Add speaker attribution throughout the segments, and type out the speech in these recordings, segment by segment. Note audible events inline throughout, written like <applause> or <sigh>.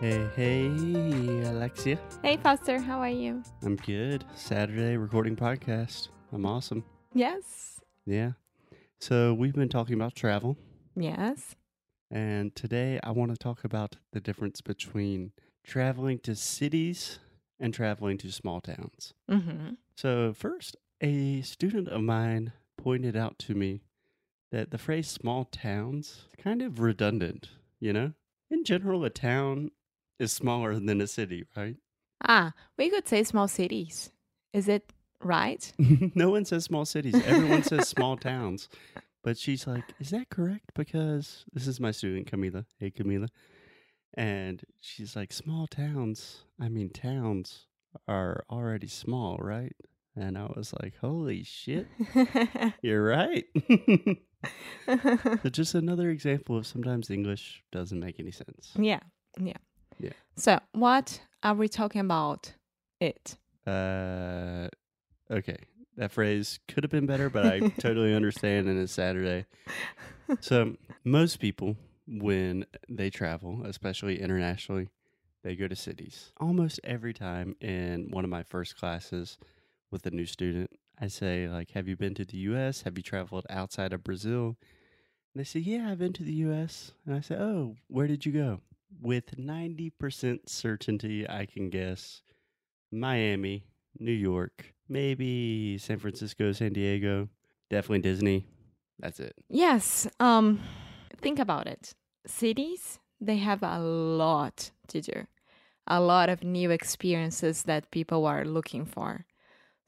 Speaker 1: Hey, hey, Alexia.
Speaker 2: Hey, Foster, how are you?
Speaker 1: I'm good. Saturday recording podcast. I'm awesome.
Speaker 2: Yes.
Speaker 1: Yeah. So we've been talking about travel,
Speaker 2: Yes.
Speaker 1: and today I want to talk about the difference between traveling to cities and traveling to small towns.
Speaker 2: Mm-hmm.
Speaker 1: So, first, a student of mine pointed out to me that the phrase small towns is kind of redundant, you know? In general, a town is smaller than a city, right?
Speaker 2: Ah, we could say small cities. Is it right? <laughs>
Speaker 1: no one says small cities. Everyone says small towns. But she's like, is that correct? Because this is my student, Camila. Hey, Camila. And she's like, small towns. I mean, towns are already small, right? And I was like, holy shit, you're right. <laughs> so just another example of sometimes English doesn't make any sense.
Speaker 2: yeah. Yeah.
Speaker 1: Yeah.
Speaker 2: So, what are we talking about? It.
Speaker 1: Uh, okay. That phrase could have been better, but I totally understand. And it's Saturday. So, most people, when they travel, especially internationally, they go to cities. Almost every time in one of my first classes with a new student, I say, like, have you been to the US? Have you traveled outside of Brazil? And they say, yeah, I've been to the US. And I say, oh, where did you go? With 90% certainty, I can guess Miami, New York, maybe San Francisco, San Diego, definitely Disney. That's it.
Speaker 2: Yes. Um, think about it. Cities, they have a lot to do, a lot of new experiences that people are looking for.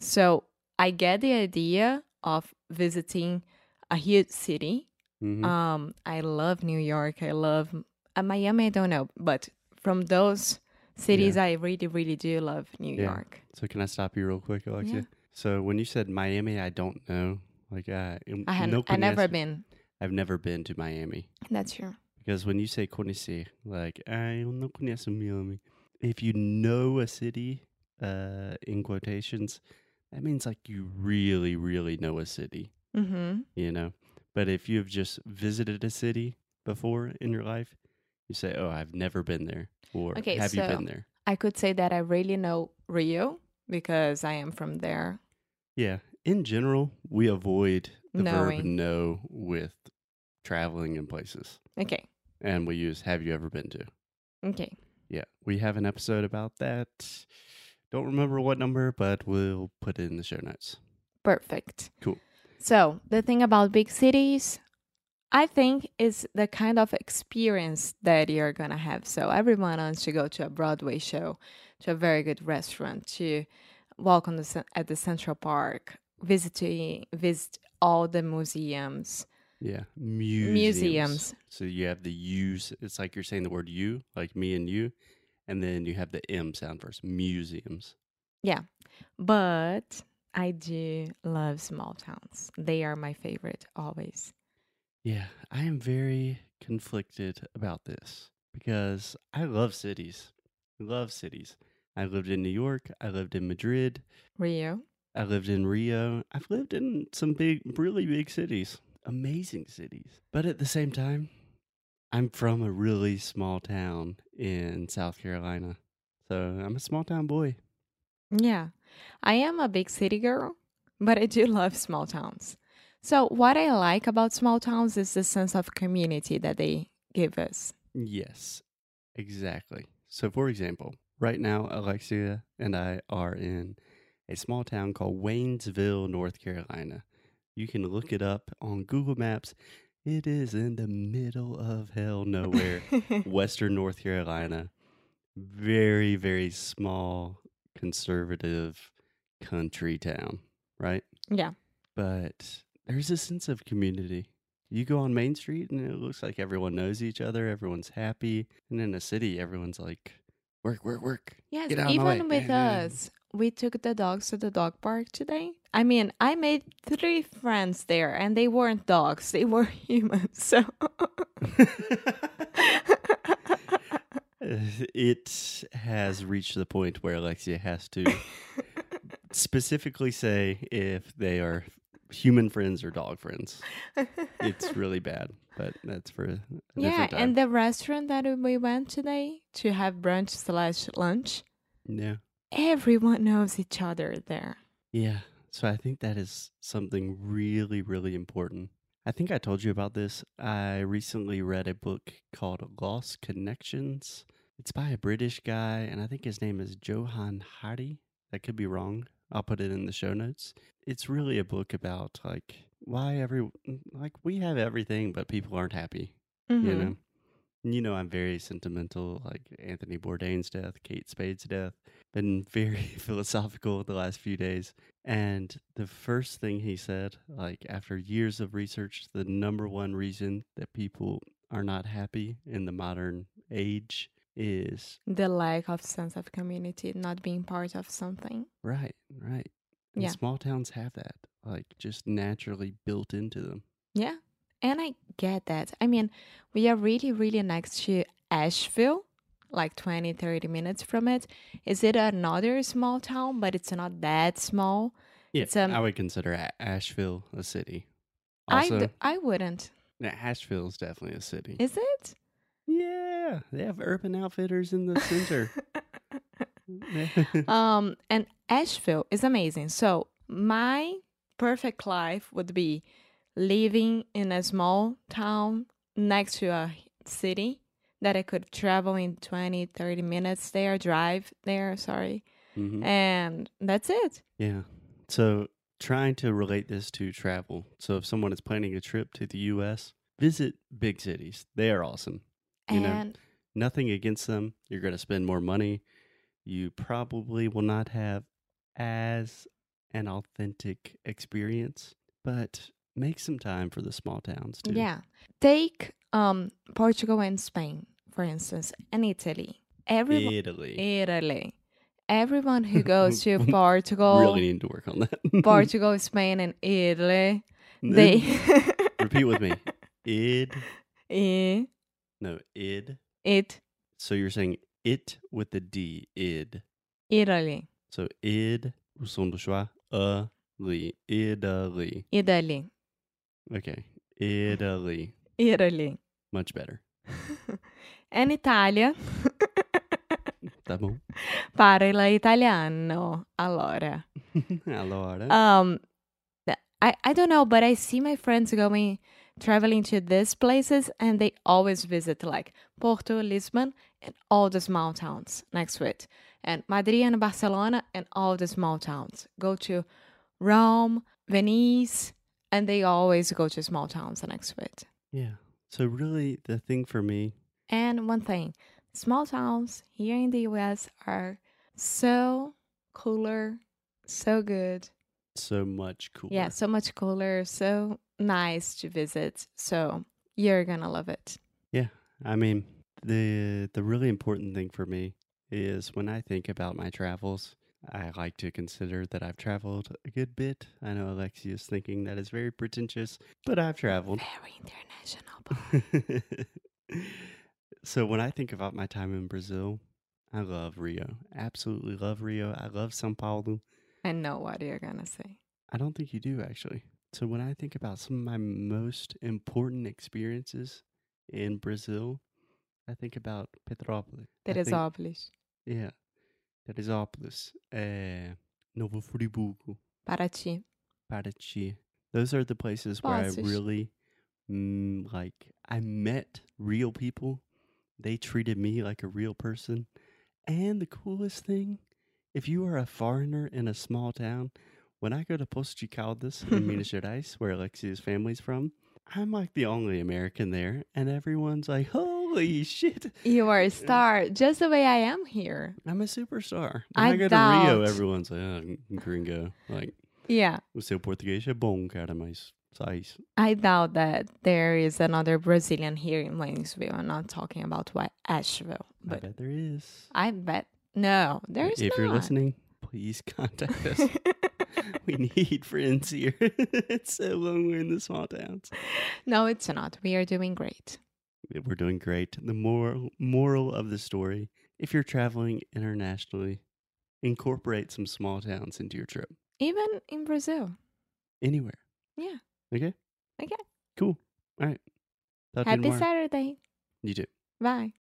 Speaker 2: So I get the idea of visiting a huge city.
Speaker 1: Mhm.
Speaker 2: Um, I love New York. I love uh, Miami. I don't know, but from those cities, I really, really do love New
Speaker 1: Yeah.
Speaker 2: York.
Speaker 1: So can I stop you real quick, Alexia?
Speaker 2: Yeah.
Speaker 1: So when you said Miami, I don't know. Like I,
Speaker 2: I had
Speaker 1: no
Speaker 2: I never
Speaker 1: conhece-
Speaker 2: been.
Speaker 1: I've never been to Miami
Speaker 2: That's true.
Speaker 1: because when you say conhecer, like I não conheço Miami. If you know a city, uh, in quotations, that means like you really, really know a city,
Speaker 2: Mm-hmm.
Speaker 1: you know. But if you have just visited a city before in your life, you say, "Oh, I've never been there," or
Speaker 2: Okay,
Speaker 1: "Have you
Speaker 2: so-
Speaker 1: been there?"
Speaker 2: I could say that I really know Rio because I am from there.
Speaker 1: Yeah. In general, we avoid the verb
Speaker 2: Knowing.
Speaker 1: know with traveling in places.
Speaker 2: Okay.
Speaker 1: And we use have you ever been to?
Speaker 2: Okay.
Speaker 1: Yeah. We have an episode about that. Don't remember what number, but we'll put it in the show notes.
Speaker 2: Perfect.
Speaker 1: Cool.
Speaker 2: So, the thing about big cities, I think, is the kind of experience that you're going to have. So, everyone wants to go to a Broadway show, to a very good restaurant, to walk on the, cen- at the Central Park, visiting, visit all the museums.
Speaker 1: Yeah. Museums.
Speaker 2: Museums.
Speaker 1: So you have the use. It's like you're saying the word you, like me and you. And then you have the M sound first. Museums.
Speaker 2: But I do love small towns, they are my favorite always.
Speaker 1: Yeah, I am very conflicted about this because I love cities. Love cities. I lived in New York. I lived in Madrid.
Speaker 2: Rio?
Speaker 1: I lived in Rio. I've lived in some big, really big cities, amazing cities. But at the same time, I'm from a really small town in South Carolina. So I'm a small town boy.
Speaker 2: Yeah. I am a big city girl, but I do love small towns. So, what I like about small towns is the sense of community that they give
Speaker 1: <laughs>
Speaker 2: us.
Speaker 1: Yes, exactly. So, for example, right now, Alexia and I are in a small town called Waynesville, North Carolina. You can look it up on Google Maps. It is in the middle of hell nowhere, Western North Carolina. Very, very small, conservative country town, right?
Speaker 2: yeah.
Speaker 1: But there's a sense of community. You go on Main Street and it looks like everyone knows each other, everyone's happy. And in the city, everyone's like, work, work, work. <laughs>
Speaker 2: Yes,
Speaker 1: Get out of my way.
Speaker 2: even with us, we took the dogs to the dog park today. I mean, I made three friends there, and they weren't dogs; they were <laughs> humans. So,
Speaker 1: it has reached the point where Alexia has to specifically say if they are human friends or dog friends.
Speaker 2: <laughs>
Speaker 1: It's really bad, but that's for a
Speaker 2: yeah,
Speaker 1: different time.
Speaker 2: and the restaurant that we went today to have brunch slash lunch,
Speaker 1: yeah.
Speaker 2: everyone knows each other there.
Speaker 1: Yeah. So I think that is something really, really important. I think I told you about this. I recently read a book called Lost Connections. It's by a British guy, and I think his name is Johan Hari. That could be wrong. I'll put it in the show notes. It's really a book about like why every like we have everything, but people aren't happy. You
Speaker 2: Mhm.
Speaker 1: know, you know, I'm very sentimental. Like Anthony Bourdain's death, Kate Spade's death. Been <laughs> very philosophical the last few days. And the first thing he said, like after years of research, the number one reason that people are not happy in the modern age is
Speaker 2: the lack of sense of community, not being part of something.
Speaker 1: right, right. And
Speaker 2: Yeah.
Speaker 1: small towns have that, like just naturally built into them.
Speaker 2: Yeah. And I get that. I mean, we are really, really next to Asheville, like 20, 30 minutes from it. Is it another small town, but it's not that small?
Speaker 1: Yeah,
Speaker 2: It's, um,
Speaker 1: I would consider A- Asheville a city.
Speaker 2: I
Speaker 1: Also,
Speaker 2: d- I wouldn't.
Speaker 1: nah, Asheville is definitely a city.
Speaker 2: Is it?
Speaker 1: Yeah, they have Urban Outfitters in the
Speaker 2: <laughs>
Speaker 1: center. Mm-hmm.
Speaker 2: um, and Asheville is amazing. So, my perfect life would be living in a small town next to a city that I could travel in 20, 30 minutes there, drive there, sorry. Eh.
Speaker 1: Mhm.
Speaker 2: And that's it.
Speaker 1: Yeah. So, trying to relate this to travel. So, if someone is planning a trip to the U.S., visit big cities. They are awesome. You know,
Speaker 2: And
Speaker 1: Nothing against them. You're going to spend more money. You probably will not have as an authentic experience, but make some time for the small towns too.
Speaker 2: yeah, take um Portugal and Spain, for instance, and Italy. Everyone
Speaker 1: Italy.
Speaker 2: Italy. Everyone
Speaker 1: <laughs>
Speaker 2: who goes to Portugal,
Speaker 1: Really <laughs> need to work on that. <laughs>
Speaker 2: Portugal, Spain and Italy, they <laughs>
Speaker 1: Repeat with me. Id.
Speaker 2: I-
Speaker 1: No, id.
Speaker 2: it
Speaker 1: So you're saying it with the D, id.
Speaker 2: Italy,
Speaker 1: So id, o som do schwa, uh, li, Italy.
Speaker 2: Italy,
Speaker 1: Okay. Italy.
Speaker 2: <laughs> Italy.
Speaker 1: Much better.
Speaker 2: and Italia.
Speaker 1: Tá bom.
Speaker 2: <laughs> Parla italiano. Allora.
Speaker 1: Allora.
Speaker 2: um th- I, I don't know but i see my friends going traveling to these places and they always visit like porto lisbon and all the small towns next to it and madrid and barcelona and all the small towns go to rome venice and they always go to small towns next to it
Speaker 1: yeah. So really the thing for me,
Speaker 2: and one thing small towns here in the us are so cooler so good
Speaker 1: so much cooler.
Speaker 2: Yeah, so much cooler, so nice to visit. So you're gonna love it.
Speaker 1: I mean, the the really important thing for me is when I think about my travels, I like to consider that I've traveled a good bit. I know Alexia's thinking that is very pretentious, but I've traveled. <laughs>
Speaker 2: Very international. Paul.
Speaker 1: so when I think about my time in Brazil, I love Rio. Absolutely love Rio. I love São Paulo.
Speaker 2: I know what you're gonna say.
Speaker 1: I don't think you do actually. So when I think about some of my most important experiences in Brazil, I think about Petrópolis. I
Speaker 2: That is
Speaker 1: think-
Speaker 2: oblige.
Speaker 1: Yeah. Teresópolis, é, Novo Friburgo,
Speaker 2: Paraty.
Speaker 1: Paraty. Those are the places where I
Speaker 2: Passos.
Speaker 1: really mm, like. I met real people. They treated me like a real person. And the coolest thing, if you are a foreigner in a small town, when I go to Posto de Caldas in Minas Gerais, where Alexia's family's from, I'm like the only American there, and everyone's like, "Holy shit!"
Speaker 2: You are a star, just the way I am here.
Speaker 1: I'm a superstar. When I,
Speaker 2: I
Speaker 1: go to Rio,
Speaker 2: doubt.
Speaker 1: everyone's like, oh, gringo. Like,
Speaker 2: Yeah.
Speaker 1: o seu português é bom, cara, mas size.
Speaker 2: I doubt that there is another Brazilian here in Waynesville. I'm not talking about Wa- Asheville,
Speaker 1: I
Speaker 2: but
Speaker 1: bet there is.
Speaker 2: I bet no, there is
Speaker 1: if
Speaker 2: not.
Speaker 1: you're listening, please
Speaker 2: <laughs>
Speaker 1: contact us. we need friends here. <laughs> it's so long we're in the small towns.
Speaker 2: no, it's not. We are doing great.
Speaker 1: We're doing great. The moral moral of the story: if you're traveling internationally, incorporate some small towns into your trip.
Speaker 2: Even in Brazil.
Speaker 1: Anywhere.
Speaker 2: Yeah.
Speaker 1: Okay.
Speaker 2: Okay.
Speaker 1: Cool. All right. Talk to you
Speaker 2: Happy
Speaker 1: tomorrow.
Speaker 2: Saturday.
Speaker 1: You too.
Speaker 2: Bye.